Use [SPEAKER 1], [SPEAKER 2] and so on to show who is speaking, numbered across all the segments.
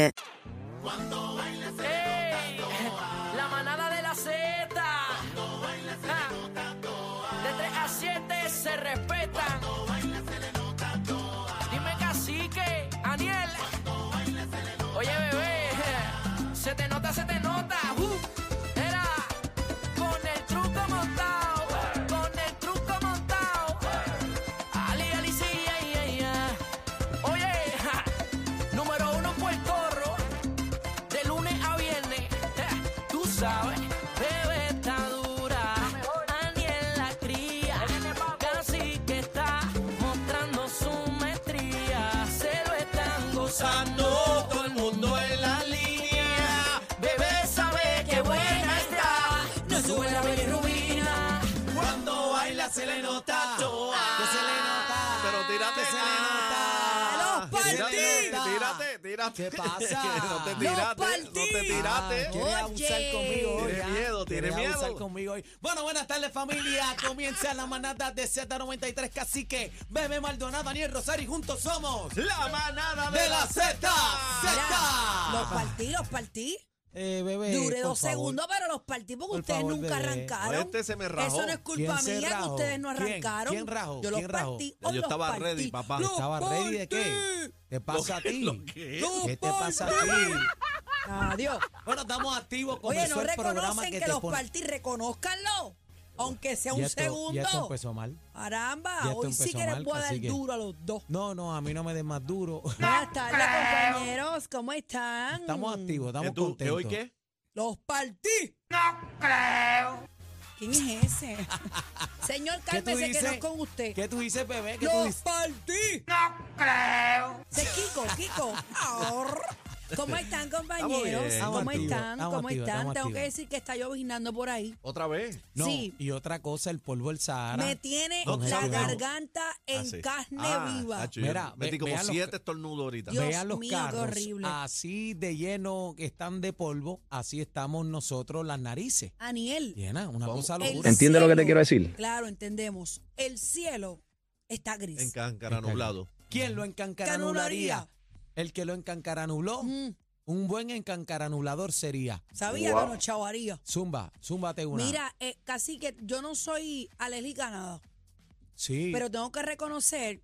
[SPEAKER 1] ¡Ey! La manada de la Z. Ah, De 3 a 7 se respetan. Dime cacique, Aniel. Oye, bebé. Se te nota, se te nota. Uh, era con el truco montado. Con el truco montado. Ali, ali, sí, ay, ay, ay. Oye, ja, número uno en Puerto Rico. De lunes a viernes, ja, tú sabes, bebé está dura. Aniel la cría, casi que está mostrando su maestría. Se lo están gozando todo el mundo en la línea. Bebé sabe que buena está, no sube la bilirrubina. Cuando baila se le nota, que se le nota.
[SPEAKER 2] Pero tírate, se
[SPEAKER 1] ¡Los
[SPEAKER 2] le nota.
[SPEAKER 1] panties!
[SPEAKER 2] Tírate, Tírate, tírate.
[SPEAKER 3] ¿Qué pasa?
[SPEAKER 2] no te tírate, no te tírate.
[SPEAKER 3] Ah, quiere abusar
[SPEAKER 1] Oye.
[SPEAKER 3] conmigo hoy.
[SPEAKER 2] Tiene
[SPEAKER 3] ah.
[SPEAKER 2] miedo, tiene
[SPEAKER 3] Quiere
[SPEAKER 2] miedo.
[SPEAKER 3] abusar conmigo hoy. Bueno, buenas tardes, familia. Comienza la manada de Z93 Cacique. Bebe Maldonado, Daniel Rosario. y Juntos somos
[SPEAKER 2] La manada
[SPEAKER 3] de la Z.
[SPEAKER 4] Mira, Los
[SPEAKER 3] Z.
[SPEAKER 4] partí, los partí.
[SPEAKER 3] Eh, bebé.
[SPEAKER 4] Duré
[SPEAKER 3] por
[SPEAKER 4] dos
[SPEAKER 3] favor.
[SPEAKER 4] segundos, pero los partí porque
[SPEAKER 3] Por
[SPEAKER 4] ustedes
[SPEAKER 3] favor,
[SPEAKER 4] nunca
[SPEAKER 3] bebé.
[SPEAKER 4] arrancaron.
[SPEAKER 2] Este se me rajó.
[SPEAKER 4] Eso no es culpa
[SPEAKER 3] ¿Quién se
[SPEAKER 4] mía que
[SPEAKER 3] rajó?
[SPEAKER 4] ustedes no
[SPEAKER 3] ¿Quién?
[SPEAKER 4] arrancaron.
[SPEAKER 3] ¿Quién rajó?
[SPEAKER 4] Yo los
[SPEAKER 3] ¿Quién rajó?
[SPEAKER 4] partí.
[SPEAKER 2] Ya
[SPEAKER 4] o
[SPEAKER 2] yo
[SPEAKER 4] los
[SPEAKER 2] estaba
[SPEAKER 4] partí.
[SPEAKER 2] ready, papá.
[SPEAKER 4] Los
[SPEAKER 3] ¿Estaba ready de qué?
[SPEAKER 4] partí.
[SPEAKER 3] ¿Te pasa a ti?
[SPEAKER 2] lo que-
[SPEAKER 4] Los
[SPEAKER 3] ¿Qué te pasa a
[SPEAKER 4] partí.
[SPEAKER 3] ti?
[SPEAKER 4] Adiós.
[SPEAKER 3] Bueno, estamos activos.
[SPEAKER 4] Oye,
[SPEAKER 3] Comenzó
[SPEAKER 4] no
[SPEAKER 3] el programa
[SPEAKER 4] reconocen que,
[SPEAKER 3] que te
[SPEAKER 4] los
[SPEAKER 3] pone-
[SPEAKER 4] partí, reconózcanlo. Aunque sea
[SPEAKER 3] Ya
[SPEAKER 4] un
[SPEAKER 3] esto- Ya esto
[SPEAKER 4] segundo.
[SPEAKER 3] empezó mal. Ya
[SPEAKER 4] Caramba,
[SPEAKER 3] esto
[SPEAKER 4] hoy sí
[SPEAKER 3] empezó
[SPEAKER 4] que les
[SPEAKER 3] mal,
[SPEAKER 4] voy a dar
[SPEAKER 3] cacique.
[SPEAKER 4] duro a los dos.
[SPEAKER 3] No, no, a mí no me des más duro.
[SPEAKER 4] Buenas tardes, compañeros. ¿Cómo están?
[SPEAKER 3] Estamos activos,
[SPEAKER 2] ¿Que
[SPEAKER 3] estamos
[SPEAKER 2] tú- que
[SPEAKER 3] contentos.
[SPEAKER 2] hoy qué?
[SPEAKER 4] Los partí. No creo. ¿Quién es ese? Señor,
[SPEAKER 3] ¿Qué tú
[SPEAKER 4] cálmese que no
[SPEAKER 3] dices?
[SPEAKER 4] es con usted.
[SPEAKER 3] ¿Qué tú dices, bebé? ¿Qué tú
[SPEAKER 4] ¡Los
[SPEAKER 3] dices?
[SPEAKER 4] partí! ¡No creo! ¡Se Kiko, Kiko! Ahor. ¿Cómo están, compañeros?
[SPEAKER 2] Estamos bien,
[SPEAKER 3] estamos
[SPEAKER 4] ¿Cómo
[SPEAKER 3] activos,
[SPEAKER 4] están?
[SPEAKER 3] estamos
[SPEAKER 4] ¿Cómo
[SPEAKER 3] activos,
[SPEAKER 4] están?
[SPEAKER 3] estamos
[SPEAKER 4] Tengo que
[SPEAKER 3] activos.
[SPEAKER 4] decir que está lloviznando por ahí.
[SPEAKER 2] Otra vez.
[SPEAKER 3] No,
[SPEAKER 4] Sí.
[SPEAKER 3] y otra cosa, el polvo del Sahara.
[SPEAKER 4] Me tiene
[SPEAKER 2] No,
[SPEAKER 4] la
[SPEAKER 2] sabemos.
[SPEAKER 4] garganta en
[SPEAKER 2] Así.
[SPEAKER 4] carne
[SPEAKER 2] Ah,
[SPEAKER 4] viva.
[SPEAKER 2] tacho, yo
[SPEAKER 3] Mira,
[SPEAKER 2] metí
[SPEAKER 3] ve-
[SPEAKER 2] como
[SPEAKER 3] vean los-
[SPEAKER 2] siete estornudos ahorita.
[SPEAKER 4] Dios
[SPEAKER 3] Vean los
[SPEAKER 4] mío, qué
[SPEAKER 3] carros
[SPEAKER 4] horrible.
[SPEAKER 3] así de lleno que están de polvo, así estamos nosotros las narices.
[SPEAKER 4] Aniel,
[SPEAKER 3] Llena, una
[SPEAKER 2] Vamos.
[SPEAKER 3] cosa
[SPEAKER 4] el
[SPEAKER 3] locura.
[SPEAKER 5] ¿Entiende lo que te
[SPEAKER 4] cielo-
[SPEAKER 5] quiero decir?
[SPEAKER 4] Claro, entendemos. El cielo está gris.
[SPEAKER 2] En cáncara nublado.
[SPEAKER 3] ¿Quién lo encancaranularía? El que lo encancaranubló,
[SPEAKER 4] Mm,
[SPEAKER 3] un buen encancaranulador sería.
[SPEAKER 4] sabía que nos chavaría.
[SPEAKER 3] Zumba, zúmbate una.
[SPEAKER 4] Mira, eh, casi que yo no soy alérgica a nada.
[SPEAKER 3] sí.
[SPEAKER 4] Pero tengo que reconocer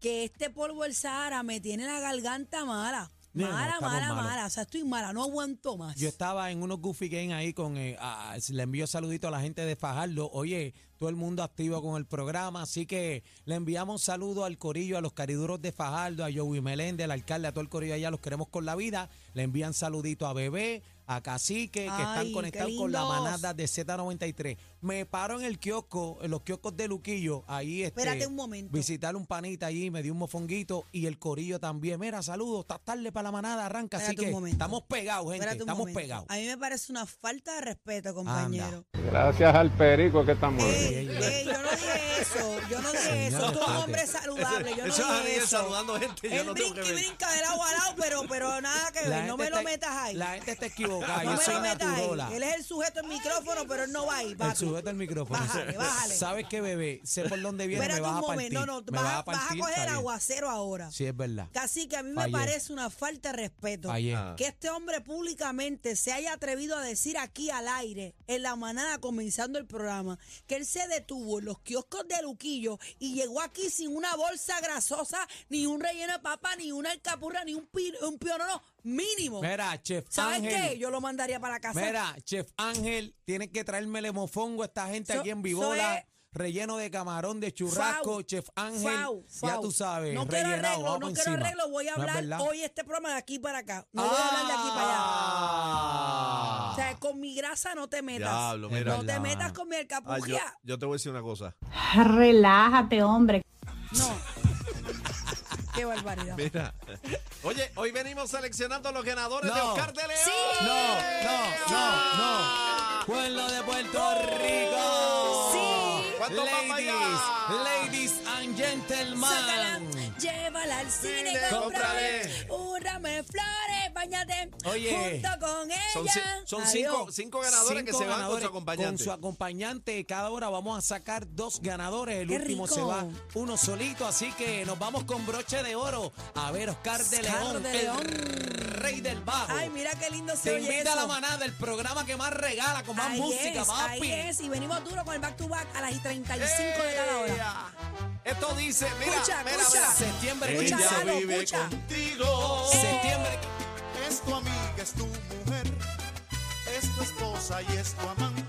[SPEAKER 4] que este polvo del Sahara me tiene la garganta mala.
[SPEAKER 3] No, no,
[SPEAKER 4] Mala,
[SPEAKER 3] estamos
[SPEAKER 4] mala,
[SPEAKER 3] malos.
[SPEAKER 4] mala. O sea, estoy mala, no aguanto más.
[SPEAKER 3] Yo estaba en unos Goofy Game ahí con. eh, ah, le envío saludito a la gente de Fajardo. Oye, todo el mundo activo con el programa. Así que le enviamos saludos al Corillo, a los cariduros de Fajardo, a Joey Meléndez, al alcalde, a todo el Corillo allá. Los queremos con la vida. Le envían saludito a Bebé, a Cacique, que
[SPEAKER 4] Ay,
[SPEAKER 3] están
[SPEAKER 4] qué
[SPEAKER 3] conectados con la
[SPEAKER 4] lindos.
[SPEAKER 3] manada de Z93. Me paro en el kiosco, en los kioscos de Luquillo. Ahí este,
[SPEAKER 4] Espérate un momento.
[SPEAKER 3] Visitar un panita allí, me dio un mofonguito y el Corillo también. Mira, saludos, estás tarde para la manada, arranca. Así
[SPEAKER 4] Espérate un
[SPEAKER 3] que
[SPEAKER 4] momento.
[SPEAKER 3] estamos pegados, gente.
[SPEAKER 4] Espérate un
[SPEAKER 3] estamos
[SPEAKER 4] momento.
[SPEAKER 3] pegados.
[SPEAKER 4] A mí me parece una falta de respeto, compañero.
[SPEAKER 5] Gracias al perico que estamos.
[SPEAKER 4] Ey, ey, yo no dije eso. Yo no dije
[SPEAKER 3] Señor,
[SPEAKER 4] eso. Tú eres un
[SPEAKER 3] espérate.
[SPEAKER 4] hombre saludable. Yo no
[SPEAKER 2] Eso es
[SPEAKER 4] dije
[SPEAKER 2] Ariel
[SPEAKER 4] eso.
[SPEAKER 2] saludando gente. Yo
[SPEAKER 4] Él
[SPEAKER 2] no tengo que
[SPEAKER 4] brinca y
[SPEAKER 2] ver.
[SPEAKER 4] brinca de lado a lado, pero, pero nada que ver. No me lo metas ahí.
[SPEAKER 3] La gente está equivocada.
[SPEAKER 4] no
[SPEAKER 3] yo
[SPEAKER 4] me
[SPEAKER 3] soy
[SPEAKER 4] lo metas
[SPEAKER 3] naturola.
[SPEAKER 4] ahí. Él es el sujeto del micrófono, pero él no va ahí.
[SPEAKER 3] El
[SPEAKER 4] papi.
[SPEAKER 3] sujeto del micrófono.
[SPEAKER 4] Bájale, bájale.
[SPEAKER 3] ¿Sabes qué, bebé? Sé por dónde viene,
[SPEAKER 4] Espérate
[SPEAKER 3] me vas
[SPEAKER 4] un
[SPEAKER 3] a partir.
[SPEAKER 4] momento. No, no,
[SPEAKER 3] me vas a
[SPEAKER 4] vas, vas a
[SPEAKER 3] partir,
[SPEAKER 4] coger
[SPEAKER 3] está bien.
[SPEAKER 4] aguacero ahora.
[SPEAKER 3] Sí, es verdad.
[SPEAKER 4] Casi que a mí
[SPEAKER 3] Fallé.
[SPEAKER 4] me parece una falta de respeto.
[SPEAKER 3] Fallé.
[SPEAKER 2] Ah.
[SPEAKER 4] Que este hombre públicamente se haya atrevido a decir aquí al aire, en la manada comenzando el programa, que él se detuvo en los kioscos de Luquillo y llegó aquí sin una bolsa grasosa, ni un relleno de papa, ni una alcapurra, ni un, pi- un pionono, Mínimo.
[SPEAKER 3] Mira, Chef
[SPEAKER 4] ¿Sabes
[SPEAKER 3] Ángel.
[SPEAKER 4] qué? Yo lo mandaría para la casa.
[SPEAKER 3] Mira, Chef Ángel, tienes que traerme el mofongo a esta gente
[SPEAKER 4] So-
[SPEAKER 3] aquí en
[SPEAKER 4] so
[SPEAKER 3] Vivola.
[SPEAKER 4] es-
[SPEAKER 3] Relleno de camarón, de churrasco,
[SPEAKER 4] Fau,
[SPEAKER 3] Chef Ángel.
[SPEAKER 4] Fau,
[SPEAKER 3] Ya
[SPEAKER 4] fau.
[SPEAKER 3] tú sabes.
[SPEAKER 4] No quiero
[SPEAKER 3] rellenado,
[SPEAKER 4] arreglo, no
[SPEAKER 3] vamos
[SPEAKER 4] quiero
[SPEAKER 3] encima.
[SPEAKER 4] arreglo. Voy a
[SPEAKER 3] ¿No es
[SPEAKER 4] hablar
[SPEAKER 3] verdad?
[SPEAKER 4] hoy este programa de aquí para acá. No voy a hablar de aquí para allá.
[SPEAKER 3] Ah.
[SPEAKER 4] O sea, con mi grasa no te metas.
[SPEAKER 2] Diablo, mira.
[SPEAKER 4] No te metas con mi
[SPEAKER 2] Ah, yo,
[SPEAKER 4] alcapugia.
[SPEAKER 2] yo te voy a decir una cosa.
[SPEAKER 6] Relájate, hombre.
[SPEAKER 4] No. Qué barbaridad.
[SPEAKER 2] Mira. Oye, hoy venimos seleccionando los ganadores de
[SPEAKER 3] No.
[SPEAKER 2] Oscar de León.
[SPEAKER 4] Sí.
[SPEAKER 3] No, no, no, no. Pueblo de Puerto Rico.
[SPEAKER 4] Oh, Sí.
[SPEAKER 2] ¿Cuánto más para
[SPEAKER 3] Ladies,
[SPEAKER 2] allá?
[SPEAKER 3] ladies and
[SPEAKER 4] Sácala,
[SPEAKER 3] gentlemen.
[SPEAKER 4] llévala al cine,
[SPEAKER 2] Cine,
[SPEAKER 4] cómprale
[SPEAKER 2] cómprale.
[SPEAKER 4] un ramo de flores, bañate
[SPEAKER 3] Oye,
[SPEAKER 4] junto con ella.
[SPEAKER 2] Son, ci- son cinco,
[SPEAKER 4] Adiós.
[SPEAKER 2] cinco ganadores que
[SPEAKER 3] Cinco
[SPEAKER 2] se van con
[SPEAKER 3] ganadores
[SPEAKER 2] su acompañante.
[SPEAKER 3] Con su acompañante, cada hora vamos a sacar dos ganadores. El
[SPEAKER 4] Qué
[SPEAKER 3] último
[SPEAKER 4] rico.
[SPEAKER 3] se va uno solito, así que nos vamos con broche de oro. A ver, Oscar de
[SPEAKER 4] Oscar
[SPEAKER 3] León,
[SPEAKER 4] de
[SPEAKER 3] el
[SPEAKER 4] León.
[SPEAKER 3] rey del bajo.
[SPEAKER 4] Ay, mira qué lindo se
[SPEAKER 3] Te
[SPEAKER 4] oye
[SPEAKER 3] invita a la
[SPEAKER 4] eso.
[SPEAKER 3] manada, el programa que más regala, con más
[SPEAKER 4] Ahí
[SPEAKER 3] música,
[SPEAKER 4] es,
[SPEAKER 3] papi.
[SPEAKER 4] Ahí es, y venimos duro con el back to back a las 35 de cada hora.
[SPEAKER 2] ¡Ea! Esto dice, mira,
[SPEAKER 4] Escucha,
[SPEAKER 2] mira,
[SPEAKER 4] escucha.
[SPEAKER 2] mira.
[SPEAKER 3] Septiembre
[SPEAKER 4] Escucha,
[SPEAKER 3] 15.
[SPEAKER 4] Lalo, escucha.
[SPEAKER 2] contigo.
[SPEAKER 3] Septiembre.
[SPEAKER 7] Es tu amiga, es tu mujer, es tu esposa y es tu amante.